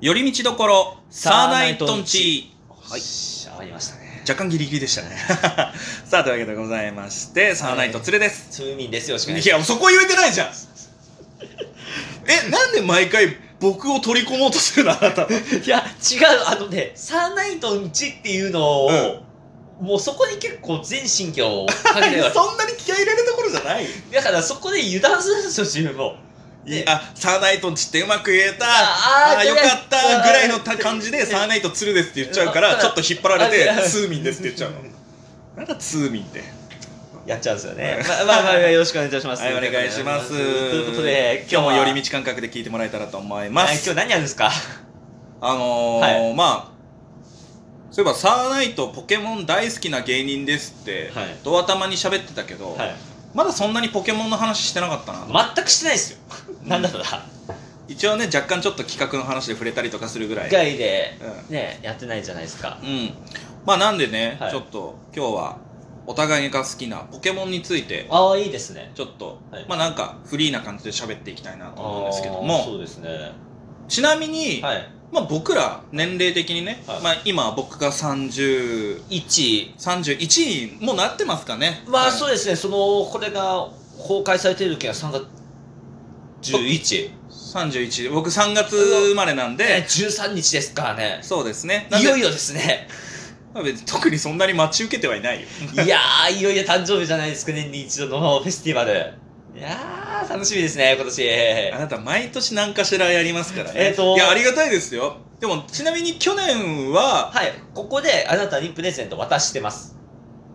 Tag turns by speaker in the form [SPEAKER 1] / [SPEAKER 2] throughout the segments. [SPEAKER 1] 寄り道どころ、サーナイトンチ。
[SPEAKER 2] はい。しゃありましたね。
[SPEAKER 1] 若干ギリギリでしたね。 さあ、というわけでございまして、サーナイトツレです。
[SPEAKER 2] ツーミンですよ、しか
[SPEAKER 1] いや、そこ言えてないじゃん。え、なんで毎回僕を取り込もうとするのあなた。
[SPEAKER 2] いや、違う、あのね、サーナイトンチっていうのを、もうそこに結構全神経をかけてる だ
[SPEAKER 1] そんなに気合い入れるところじゃない。
[SPEAKER 2] からそこで油断するんですよ、自分も。
[SPEAKER 1] いいあ、サーナイトンチってうまく言えた。
[SPEAKER 2] あ
[SPEAKER 1] ああよかったぐらいのた感じで「サー
[SPEAKER 2] イ
[SPEAKER 1] ナイトツルです」って言っちゃうからちょっと引っ張られて
[SPEAKER 2] ああ
[SPEAKER 1] 「ツーミンです」って言っちゃうのなんだツーミンって
[SPEAKER 2] やっちゃうんですよね。まあまあまあ、よろしくお願いいたします。
[SPEAKER 1] はいお願いします
[SPEAKER 2] ということで、
[SPEAKER 1] 今日も
[SPEAKER 2] は
[SPEAKER 1] 寄り道感覚で聞いてもらえたらと思いま
[SPEAKER 2] はい今
[SPEAKER 1] す
[SPEAKER 2] 日何やるんですか
[SPEAKER 1] あの
[SPEAKER 2] は
[SPEAKER 1] ーまあそういえば「サーナイトポケモン大好きな芸人です」って
[SPEAKER 2] はい
[SPEAKER 1] ドア玉に喋ってたけどまだそんなにポケモンの話してなかったな
[SPEAKER 2] 全くしてないですよ。なんだったら。
[SPEAKER 1] 一応ね若干ちょっと企画の話で触れたりとかするぐらい
[SPEAKER 2] 以外で、
[SPEAKER 1] うん
[SPEAKER 2] ね、やってないじゃないですか。
[SPEAKER 1] うん。まあなんでね、
[SPEAKER 2] はい
[SPEAKER 1] ちょっと今日はお互いが好きなポケモンについて、
[SPEAKER 2] ああ、いいですね。
[SPEAKER 1] ちょっと、
[SPEAKER 2] はい
[SPEAKER 1] まあなんかフリーな感じで喋っていきたいなと思うんですけど
[SPEAKER 2] あーそ
[SPEAKER 1] も、
[SPEAKER 2] うですね。
[SPEAKER 1] ちなみに、
[SPEAKER 2] はい。
[SPEAKER 1] まあ僕ら年齢的にね、
[SPEAKER 2] はい
[SPEAKER 1] まあ今僕が30、
[SPEAKER 2] 1
[SPEAKER 1] 31にもうなってますかね。
[SPEAKER 2] まあ、
[SPEAKER 1] はい
[SPEAKER 2] そうですねそのこれが公開されている時は3月11
[SPEAKER 1] 31、僕3月生まれなん
[SPEAKER 2] え
[SPEAKER 1] で、
[SPEAKER 2] 13日ですからね
[SPEAKER 1] そうですね。なん
[SPEAKER 2] い
[SPEAKER 1] で
[SPEAKER 2] よいよで すね
[SPEAKER 1] まあ別に特にそんなに待ち受けてはいないよ。
[SPEAKER 2] いやーいよいよ誕生日じゃないですか年に一度のフェスティバルいやー楽しみですね今年
[SPEAKER 1] あなた毎年何かしらやりますからね。
[SPEAKER 2] えーと
[SPEAKER 1] いや、ありがたいですよ。でも、ちなみに去年は、
[SPEAKER 2] はいここであなたにプレゼント渡してます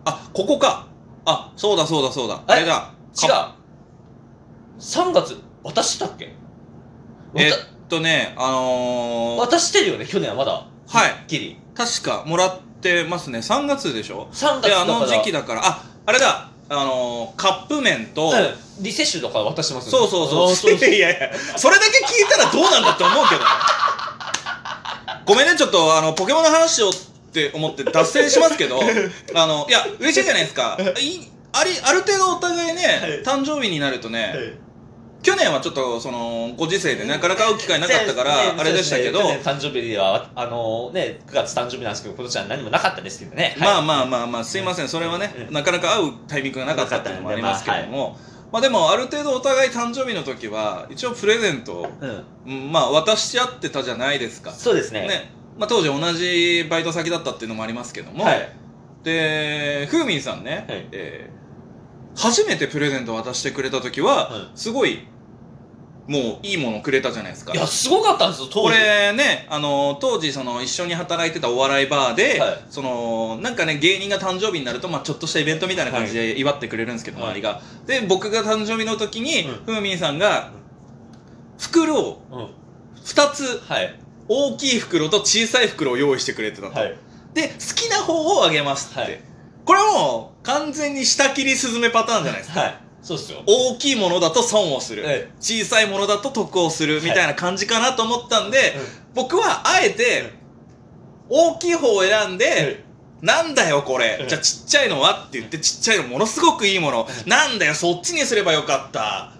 [SPEAKER 1] あ、ここか。あ、そうだそうだそうだ。
[SPEAKER 2] え
[SPEAKER 1] あれだ。
[SPEAKER 2] 違う
[SPEAKER 1] か。
[SPEAKER 2] 3月渡したっけ
[SPEAKER 1] えっとね、あの
[SPEAKER 2] わ
[SPEAKER 1] ー、
[SPEAKER 2] た渡してるよね去年はまだ
[SPEAKER 1] はい
[SPEAKER 2] っきり
[SPEAKER 1] 確かもらってますね。3月でしょ
[SPEAKER 2] 3月
[SPEAKER 1] で、
[SPEAKER 2] だから
[SPEAKER 1] あの時期だから、あ、あれだ。あのー、カップ麺と、
[SPEAKER 2] うん、リセッシュとか渡してますよ
[SPEAKER 1] そうそ
[SPEAKER 2] ね
[SPEAKER 1] うそう。
[SPEAKER 2] あーそうそ う
[SPEAKER 1] いやいや、それだけ聞いたらどうなんだって思うけどね。ごめんね、ちょっと、あの、ポケモンの話をって思って脱線しますけ ど、あの、いや、嬉しいじゃないですか。いあり、ある程度お互いね、
[SPEAKER 2] い
[SPEAKER 1] 誕生日になるとね、
[SPEAKER 2] はい
[SPEAKER 1] 去年はちょっとそのご時世でなかなか会う機会なかったからあれでしたけど、
[SPEAKER 2] そうですね去年誕生日はあのね9月誕生日なんですけど今年は何もなかったですけどね、
[SPEAKER 1] まあ
[SPEAKER 2] はい
[SPEAKER 1] まあまあまあすいませんそれはね
[SPEAKER 2] うん
[SPEAKER 1] なかなか会うタイミングがなかったっていうのもありますけども、まあでもある程度お互い誕生日の時は一応プレゼントを
[SPEAKER 2] うん、
[SPEAKER 1] うんまあ渡し合ってたじゃないですか、
[SPEAKER 2] そうですね
[SPEAKER 1] ねまあ、当時同じバイト先だったっていうのもありますけども、
[SPEAKER 2] はい
[SPEAKER 1] でふうみんさんね、
[SPEAKER 2] はい
[SPEAKER 1] えー初めてプレゼント渡してくれた時は、
[SPEAKER 2] は
[SPEAKER 1] すごいもういいものくれたじゃないですか
[SPEAKER 2] いやすごかったんですよ当
[SPEAKER 1] こ
[SPEAKER 2] 時
[SPEAKER 1] れね、あの当時その一緒に働いてたお笑いバーで、
[SPEAKER 2] はい
[SPEAKER 1] そのなんかね芸人が誕生日になると、まあ、ちょっとしたイベントみたいな感じで祝ってくれるんですけど、
[SPEAKER 2] はい
[SPEAKER 1] 周りがで僕が誕生日の時に、
[SPEAKER 2] うん
[SPEAKER 1] ふうみんさんが袋を
[SPEAKER 2] うん
[SPEAKER 1] 2つ
[SPEAKER 2] はい
[SPEAKER 1] 大きい袋と小さい袋を用意してくれてたと、
[SPEAKER 2] はい
[SPEAKER 1] で好きな方をあげますって、
[SPEAKER 2] はい
[SPEAKER 1] これはもう完全に下切りスズメパターンじゃないですか
[SPEAKER 2] はいそうですよ
[SPEAKER 1] 大きいものだと損をする、
[SPEAKER 2] え
[SPEAKER 1] 小さいものだと得をするみたいな感じかなと思ったんで、僕はあえて大きい方を選んで、なんだよこ
[SPEAKER 2] う
[SPEAKER 1] れ
[SPEAKER 2] ん
[SPEAKER 1] じゃあちっちゃいのはって言ってちっちゃいのものすごくいいものなんだよそっちにすればよかった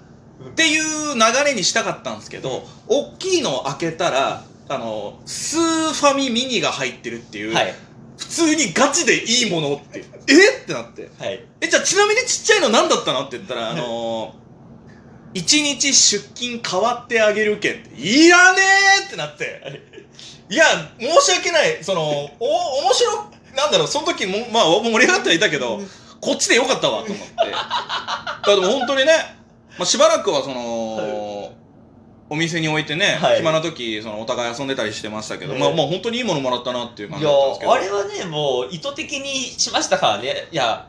[SPEAKER 1] っていう流れにしたかったんですけど大きいのを開けたらあのスーファミミニが入ってるっていう、
[SPEAKER 2] はい
[SPEAKER 1] 普通にガチでいいものってえってなって
[SPEAKER 2] はい
[SPEAKER 1] えじゃあちなみにちっちゃいの何だったのって言ったらあのー、1日出勤変わってあげるけんっていらねえってなっていや申し訳ないそのお面白なんだろうその時もまあ盛り上がってはいたけどこっちでよかったわと思ってだからでも本当にね、まあ、しばらくはその、お店に置いてね、
[SPEAKER 2] はい
[SPEAKER 1] 暇な時そのお互い遊んでたりしてましたけど、
[SPEAKER 2] ええ
[SPEAKER 1] まあまあ本当にいいものもらったなっていう感
[SPEAKER 2] い
[SPEAKER 1] じ
[SPEAKER 2] や
[SPEAKER 1] だったんですけど
[SPEAKER 2] あれはねもう意図的にしましたからねいや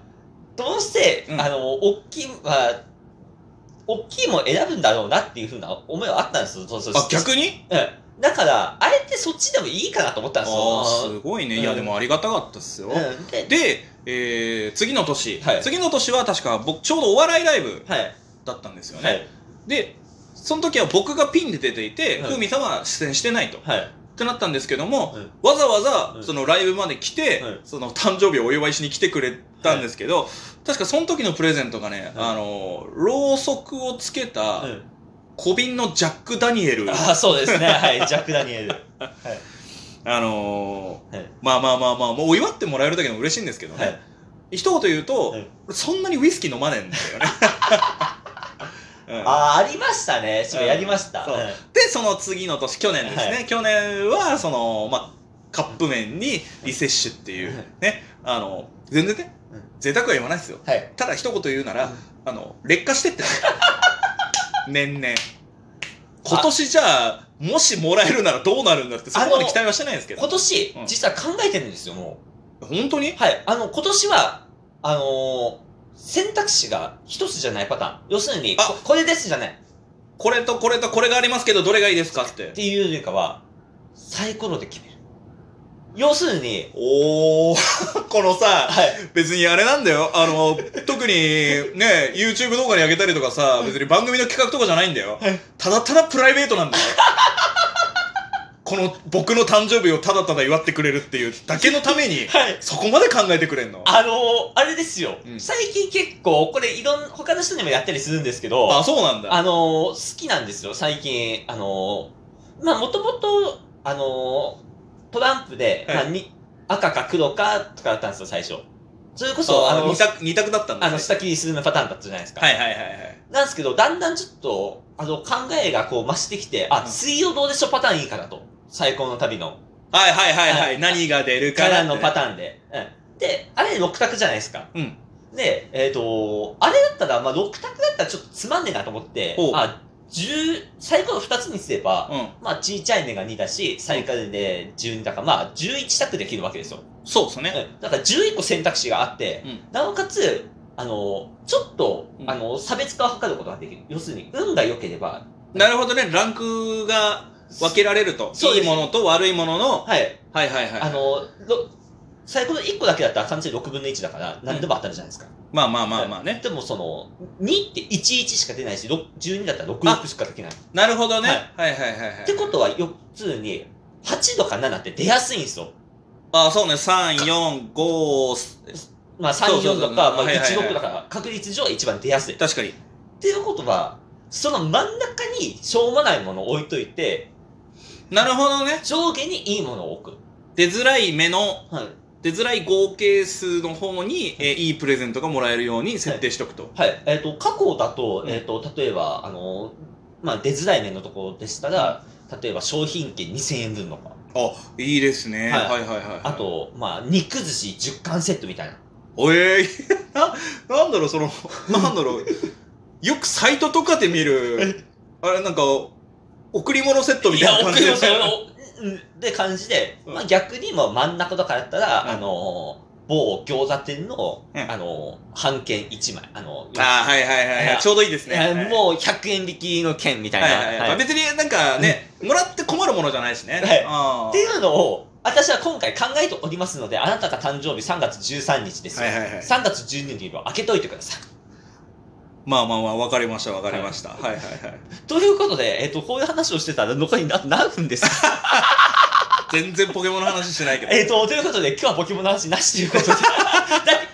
[SPEAKER 2] どうして、
[SPEAKER 1] うん
[SPEAKER 2] あの大きいまあ大きいもん選ぶんだろうなっていうふうな思いはあったんですよそうそう
[SPEAKER 1] あ逆に
[SPEAKER 2] うんだから、あえてそっちでもいいかなと思ったんです
[SPEAKER 1] あーす
[SPEAKER 2] よ。
[SPEAKER 1] ごいね、
[SPEAKER 2] うん
[SPEAKER 1] いやでもありがたかったっすよ、
[SPEAKER 2] うん、で、
[SPEAKER 1] で、えー次の年、
[SPEAKER 2] はい
[SPEAKER 1] 次の年は確か僕ちょうどお笑いライブ
[SPEAKER 2] はい。
[SPEAKER 1] だったんですよね、
[SPEAKER 2] はい。
[SPEAKER 1] でその時は僕がピンで出ていて
[SPEAKER 2] はい
[SPEAKER 1] 風味、さんは出演してないとっ
[SPEAKER 2] はい。
[SPEAKER 1] てなったんですけども、
[SPEAKER 2] うん
[SPEAKER 1] わざわ
[SPEAKER 2] う
[SPEAKER 1] ざ
[SPEAKER 2] ん
[SPEAKER 1] そのライブまで来て、
[SPEAKER 2] はい
[SPEAKER 1] その誕生日をお祝いしに来てくれたんですけど、確かその時のプレゼントがね、
[SPEAKER 2] はい
[SPEAKER 1] あのろうそくをつけた
[SPEAKER 2] うん
[SPEAKER 1] 小瓶のジャック・ダニエル、
[SPEAKER 2] あそうですね。はい。ジャック・ダニエル。は
[SPEAKER 1] あのー
[SPEAKER 2] はい
[SPEAKER 1] まあまあまあまあ、もうお祝ってもらえるだけでも嬉しいんですけどね。
[SPEAKER 2] い。
[SPEAKER 1] 一言言うと、
[SPEAKER 2] はい
[SPEAKER 1] 俺そんなにウイスキー飲まねえんだよ ね。うん
[SPEAKER 2] あー、ありましたね。それやりました。
[SPEAKER 1] そう
[SPEAKER 2] うん
[SPEAKER 1] で、その次の年、去年ですね。
[SPEAKER 2] は
[SPEAKER 1] 去年は、その、まあ、カップ麺にリセッシュっていう、
[SPEAKER 2] はい
[SPEAKER 1] ね、あの、全然ね
[SPEAKER 2] うん、
[SPEAKER 1] 贅沢は言わないですよ。
[SPEAKER 2] はい。
[SPEAKER 1] ただ一言言うなら、あの、劣化して ってね年々。今年じゃあ、もしもらえるならどうなるんだって、そこまで期待はしてないんですけど
[SPEAKER 2] 今。年
[SPEAKER 1] うん、
[SPEAKER 2] 実は考えてるんですよ、も
[SPEAKER 1] 本当に
[SPEAKER 2] う。はい。あの、今年は、あのー選択肢が一つじゃないパターン。要するに、
[SPEAKER 1] あ
[SPEAKER 2] ここれですじゃない。っ
[SPEAKER 1] これとこれとこれがありますけど、どれがいいですかって。
[SPEAKER 2] ていうよりかは、サイコロで決める。要するに、
[SPEAKER 1] おー、 このさ、
[SPEAKER 2] はい。
[SPEAKER 1] 別にあれなんだよ。あの、特にね、YouTube 動画に上げたりとかさ、別に番組の企画とかじゃないんだよ
[SPEAKER 2] はい。
[SPEAKER 1] ただただプライベートなんだよ。この僕の誕生日をただただ祝ってくれるっていうだけのために、
[SPEAKER 2] はい。
[SPEAKER 1] そこまで考えてくれんの。あ、
[SPEAKER 2] あのーあれですよ。
[SPEAKER 1] うん
[SPEAKER 2] 最近結構、これいろん、他の人にもやったりするんですけど、
[SPEAKER 1] そうなんだ。
[SPEAKER 2] あのー好きなんですよ、最近。あのーまあ、もともと、あのートランプで、
[SPEAKER 1] はい
[SPEAKER 2] まあに赤か黒かとかだったんですよ、最初。それ
[SPEAKER 1] そ
[SPEAKER 2] こ
[SPEAKER 1] う、
[SPEAKER 2] そ、あ
[SPEAKER 1] あ
[SPEAKER 2] の
[SPEAKER 1] の、二択、二択だったんだ
[SPEAKER 2] あ
[SPEAKER 1] ね、
[SPEAKER 2] の、下切りするのパターンだったじゃないですか。
[SPEAKER 1] はいはいはいはい。
[SPEAKER 2] なんですけど、だんだんちょっと、あの、考えがこう増してきて、あ、
[SPEAKER 1] うん
[SPEAKER 2] 水曜どうでしょうパターンいいかなと。最高の旅の。
[SPEAKER 1] はいはいはいは
[SPEAKER 2] はい
[SPEAKER 1] い。何が出るか
[SPEAKER 2] か
[SPEAKER 1] な
[SPEAKER 2] ら
[SPEAKER 1] んて
[SPEAKER 2] のパターンで。うん。で、あれ6択じゃないですか。
[SPEAKER 1] うん。
[SPEAKER 2] で、えっ、と、あれだったら、まあ、6択だったらちょっとつまんねえなと思って
[SPEAKER 1] ほう、
[SPEAKER 2] あ、10、最高の2つにすれば、
[SPEAKER 1] うん。
[SPEAKER 2] まあ、ちいちゃい値が2だし、最下位で12だから、まあ、11択できるわけですよ。
[SPEAKER 1] そうですね。
[SPEAKER 2] うんだから11個選択肢があって、
[SPEAKER 1] うん
[SPEAKER 2] なおかつ、あの、ちょっと、
[SPEAKER 1] うん
[SPEAKER 2] あの、差別化を図ることができる。要するに、運が良ければ、
[SPEAKER 1] なるほどね。ランクが分けられると。
[SPEAKER 2] そう
[SPEAKER 1] い
[SPEAKER 2] で
[SPEAKER 1] い
[SPEAKER 2] す
[SPEAKER 1] ものと悪いものの、
[SPEAKER 2] はい、
[SPEAKER 1] はいはいはい。
[SPEAKER 2] あの、ろ最高の1個だけだったら完全に6分の1だから、何でも当たるじゃないですか。
[SPEAKER 1] まあまあまあまあね。
[SPEAKER 2] でも、その、2って11しか出ないし、6 12だったら66しかできない。っ
[SPEAKER 1] なるほどね。
[SPEAKER 2] は
[SPEAKER 1] はいはいはいはい。
[SPEAKER 2] てことは、要するに、8とか7って出やすいんですよ。
[SPEAKER 1] あ、そうね。3、4、5、
[SPEAKER 2] まあ、
[SPEAKER 1] そ
[SPEAKER 2] 3、
[SPEAKER 1] うそう
[SPEAKER 2] 4
[SPEAKER 1] そう
[SPEAKER 2] とか、ま
[SPEAKER 1] は
[SPEAKER 2] あ、
[SPEAKER 1] いはいはい
[SPEAKER 2] 1、6だから、確率上は一番出やすい。
[SPEAKER 1] 確かに。
[SPEAKER 2] っていうことは、その真ん中にしょうもないものを置いといて、
[SPEAKER 1] なるほどね。
[SPEAKER 2] 上下にいいものを置く。
[SPEAKER 1] 出づらい目の、
[SPEAKER 2] はい。
[SPEAKER 1] 出づらい合計数の方に、えーいいプレゼントがもらえるように設定しとくと。
[SPEAKER 2] はい。えっ、と、過去だと
[SPEAKER 1] う、ん
[SPEAKER 2] えっ、と、例えば、あの、まあ、出づらい面のところでしたら、例えば商品券2000円分とか、
[SPEAKER 1] あ、いいですね。は
[SPEAKER 2] はいい
[SPEAKER 1] はいはいはい。
[SPEAKER 2] あ、と、まあ、肉寿司10貫セットみたいな。
[SPEAKER 1] おえー、 な、なんだろう、その、なんだろう。よくサイトとかで見る、あれなんか、贈り物セットみ
[SPEAKER 2] い
[SPEAKER 1] た
[SPEAKER 2] や、
[SPEAKER 1] いな感
[SPEAKER 2] 送
[SPEAKER 1] じ
[SPEAKER 2] り
[SPEAKER 1] で
[SPEAKER 2] ま。すよ。うんって感じで、
[SPEAKER 1] うん
[SPEAKER 2] まあ、逆にもう真ん中とかだったら、
[SPEAKER 1] うん
[SPEAKER 2] あの、某餃子店の、
[SPEAKER 1] うん
[SPEAKER 2] あの、半券1枚、あの、
[SPEAKER 1] ああ、はいはいはいはい。ちょうどいいですね。
[SPEAKER 2] えー
[SPEAKER 1] はい
[SPEAKER 2] もう100円引きの券みたいな。
[SPEAKER 1] はいはいはいまあ別になんかね、もらって困るものじゃないしね。
[SPEAKER 2] はい
[SPEAKER 1] あー
[SPEAKER 2] っていうのを、私は今回考えておりますので、あなたが誕生日3月13日ですよ。
[SPEAKER 1] はいはいはい
[SPEAKER 2] 3月12日は開けといてください。
[SPEAKER 1] まあまあまあ、わかりました、わかりました。はいはいはい。
[SPEAKER 2] ということで、えっ、と、こういう話をしてたら残りな何分です か
[SPEAKER 1] 全然ポケモンの話してないけど。
[SPEAKER 2] えっと、ということで、今日はポケモンの話なしという ことで。だって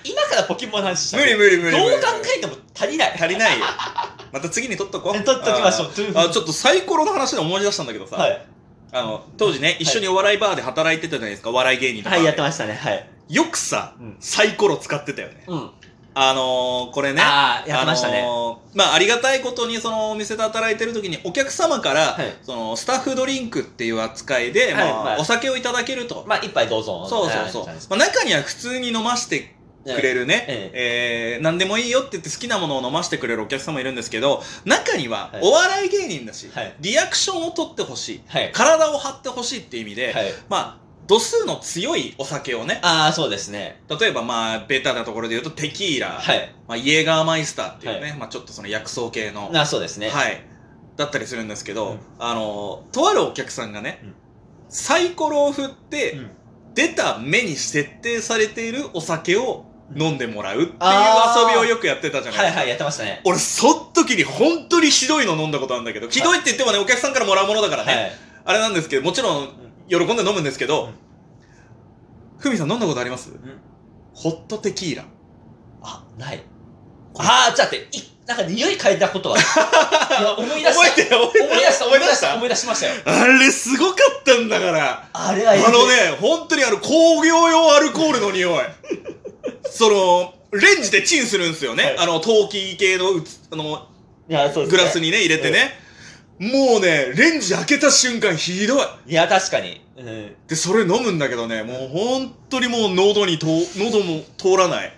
[SPEAKER 2] 今からポケモンの話したら
[SPEAKER 1] 無理無理無理無理。
[SPEAKER 2] どう考えても足りない。
[SPEAKER 1] 足り ないよ。また次に撮っとこう。
[SPEAKER 2] え取っときましょう。という
[SPEAKER 1] あー。あ
[SPEAKER 2] こ
[SPEAKER 1] ちょっとサイコロの話で思い出したんだけど
[SPEAKER 2] と
[SPEAKER 1] さ、
[SPEAKER 2] ではい。
[SPEAKER 1] あの当時ね、一緒にお笑いバーで働いてたじゃないですか、お笑い芸人とか。
[SPEAKER 2] はい、やってましたね。はい。
[SPEAKER 1] よくさ、
[SPEAKER 2] うん
[SPEAKER 1] サイコロ使ってたよね。
[SPEAKER 2] うん。
[SPEAKER 1] あのー、これね。
[SPEAKER 2] ああ、やってました
[SPEAKER 1] あ
[SPEAKER 2] ね。
[SPEAKER 1] のーまあ、ありがたいことに、その、お店で働いてる時に、お客様から、
[SPEAKER 2] はい
[SPEAKER 1] その、スタッフドリンクっていう扱いで、
[SPEAKER 2] はい
[SPEAKER 1] まあ
[SPEAKER 2] はい
[SPEAKER 1] お酒をいただけると。
[SPEAKER 2] まあ、一杯どうぞ。
[SPEAKER 1] そうそうそう。
[SPEAKER 2] はい
[SPEAKER 1] まあ、中には普通に飲ましてくれるね、
[SPEAKER 2] え
[SPEAKER 1] えー何でもいいよって言って好きなものを飲ましてくれるお客様いるんですけど、中には
[SPEAKER 2] はい
[SPEAKER 1] お笑い芸人だし、
[SPEAKER 2] はい
[SPEAKER 1] リアクションを取ってほしい、
[SPEAKER 2] はい。
[SPEAKER 1] 体を張ってほしいっていう意味で、
[SPEAKER 2] はい。
[SPEAKER 1] まあ、度数の強いお酒をね、
[SPEAKER 2] ああ、そうですね。
[SPEAKER 1] 例えばまあ、ベタなところで言うとテキーラ、
[SPEAKER 2] はい。
[SPEAKER 1] まあ、イエーガーマイスターっていうね、まあちょっとその薬草系の、
[SPEAKER 2] あそうですね。
[SPEAKER 1] はい、だったりするんですけど、
[SPEAKER 2] うん
[SPEAKER 1] あの、とあるお客さんがね、
[SPEAKER 2] うん
[SPEAKER 1] サイコロを振って、
[SPEAKER 2] うん
[SPEAKER 1] 出た目に設定されているお酒を飲んでもらうっていう
[SPEAKER 2] あー
[SPEAKER 1] 遊びをよくやってたじゃない
[SPEAKER 2] は
[SPEAKER 1] で
[SPEAKER 2] い
[SPEAKER 1] すか。
[SPEAKER 2] はい、やってましたね。
[SPEAKER 1] 俺、その時に本当にひどいの飲んだことあるんだけど、ひどいって言ってもね、お客さんからもらうものだからね、
[SPEAKER 2] はい。
[SPEAKER 1] あれなんですけど、もちろん喜んで飲むんですけ
[SPEAKER 2] う
[SPEAKER 1] ど
[SPEAKER 2] ん、
[SPEAKER 1] ふみさん飲んだことあります
[SPEAKER 2] ん
[SPEAKER 1] ホットテキーラ。
[SPEAKER 2] あ、ない。ああ、ちょっと待って、いなんか匂い変えたことは。 いや、思い出
[SPEAKER 1] 覚
[SPEAKER 2] し
[SPEAKER 1] えてる覚
[SPEAKER 2] た。
[SPEAKER 1] え
[SPEAKER 2] 思
[SPEAKER 1] て
[SPEAKER 2] い
[SPEAKER 1] る
[SPEAKER 2] 出した、
[SPEAKER 1] 思
[SPEAKER 2] 思い
[SPEAKER 1] い
[SPEAKER 2] 出
[SPEAKER 1] 出
[SPEAKER 2] し、
[SPEAKER 1] したた
[SPEAKER 2] 思い出しましたよ。
[SPEAKER 1] あれすごかったんだから
[SPEAKER 2] あれ
[SPEAKER 1] あ
[SPEAKER 2] はえぐい
[SPEAKER 1] の。ね本当にあの工業用アルコールの匂い そのレンジでチンするんですよね、
[SPEAKER 2] はい
[SPEAKER 1] あの陶器系のうつあの
[SPEAKER 2] いや、そうです、
[SPEAKER 1] グ
[SPEAKER 2] ね。
[SPEAKER 1] ラスにね入れてね、もうねレンジ開けた瞬間ひどい
[SPEAKER 2] いや、確かに。うん。
[SPEAKER 1] でそれ飲むんだけどねもう本当にもう喉にと喉も通らない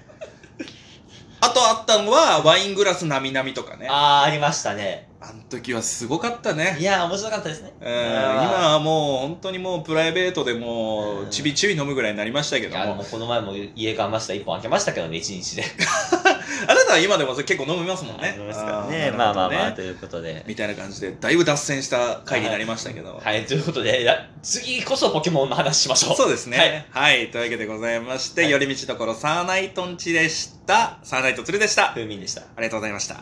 [SPEAKER 1] あとあったのはワイングラスなみなみとかねあ
[SPEAKER 2] ああ、ありましたね。
[SPEAKER 1] の時はすごかったね
[SPEAKER 2] いや、面白かったですね。
[SPEAKER 1] うん今はもう本当にもうプライベートでも
[SPEAKER 2] う
[SPEAKER 1] うんちびちび飲むぐらいになりましたけ
[SPEAKER 2] い
[SPEAKER 1] ど
[SPEAKER 2] や、
[SPEAKER 1] も
[SPEAKER 2] もうこの前も家がました、一本開けましたけどね、一日で。
[SPEAKER 1] あなたは今でも結構飲みますもんね
[SPEAKER 2] ありますから
[SPEAKER 1] あ
[SPEAKER 2] ね。
[SPEAKER 1] ー
[SPEAKER 2] まあまあ
[SPEAKER 1] なるほ
[SPEAKER 2] まあ、
[SPEAKER 1] どね
[SPEAKER 2] ということで。
[SPEAKER 1] みたいな感じでだいぶ脱線した回になりましたけど、
[SPEAKER 2] はい、ということで、や次こそポケモンの話しましょう。
[SPEAKER 1] そうですねはい、というわけでございまして、
[SPEAKER 2] はい
[SPEAKER 1] 寄り道ところサーナイトンチでしたサーナイトツルでしたあ
[SPEAKER 2] 風味でした。
[SPEAKER 1] りがとうございました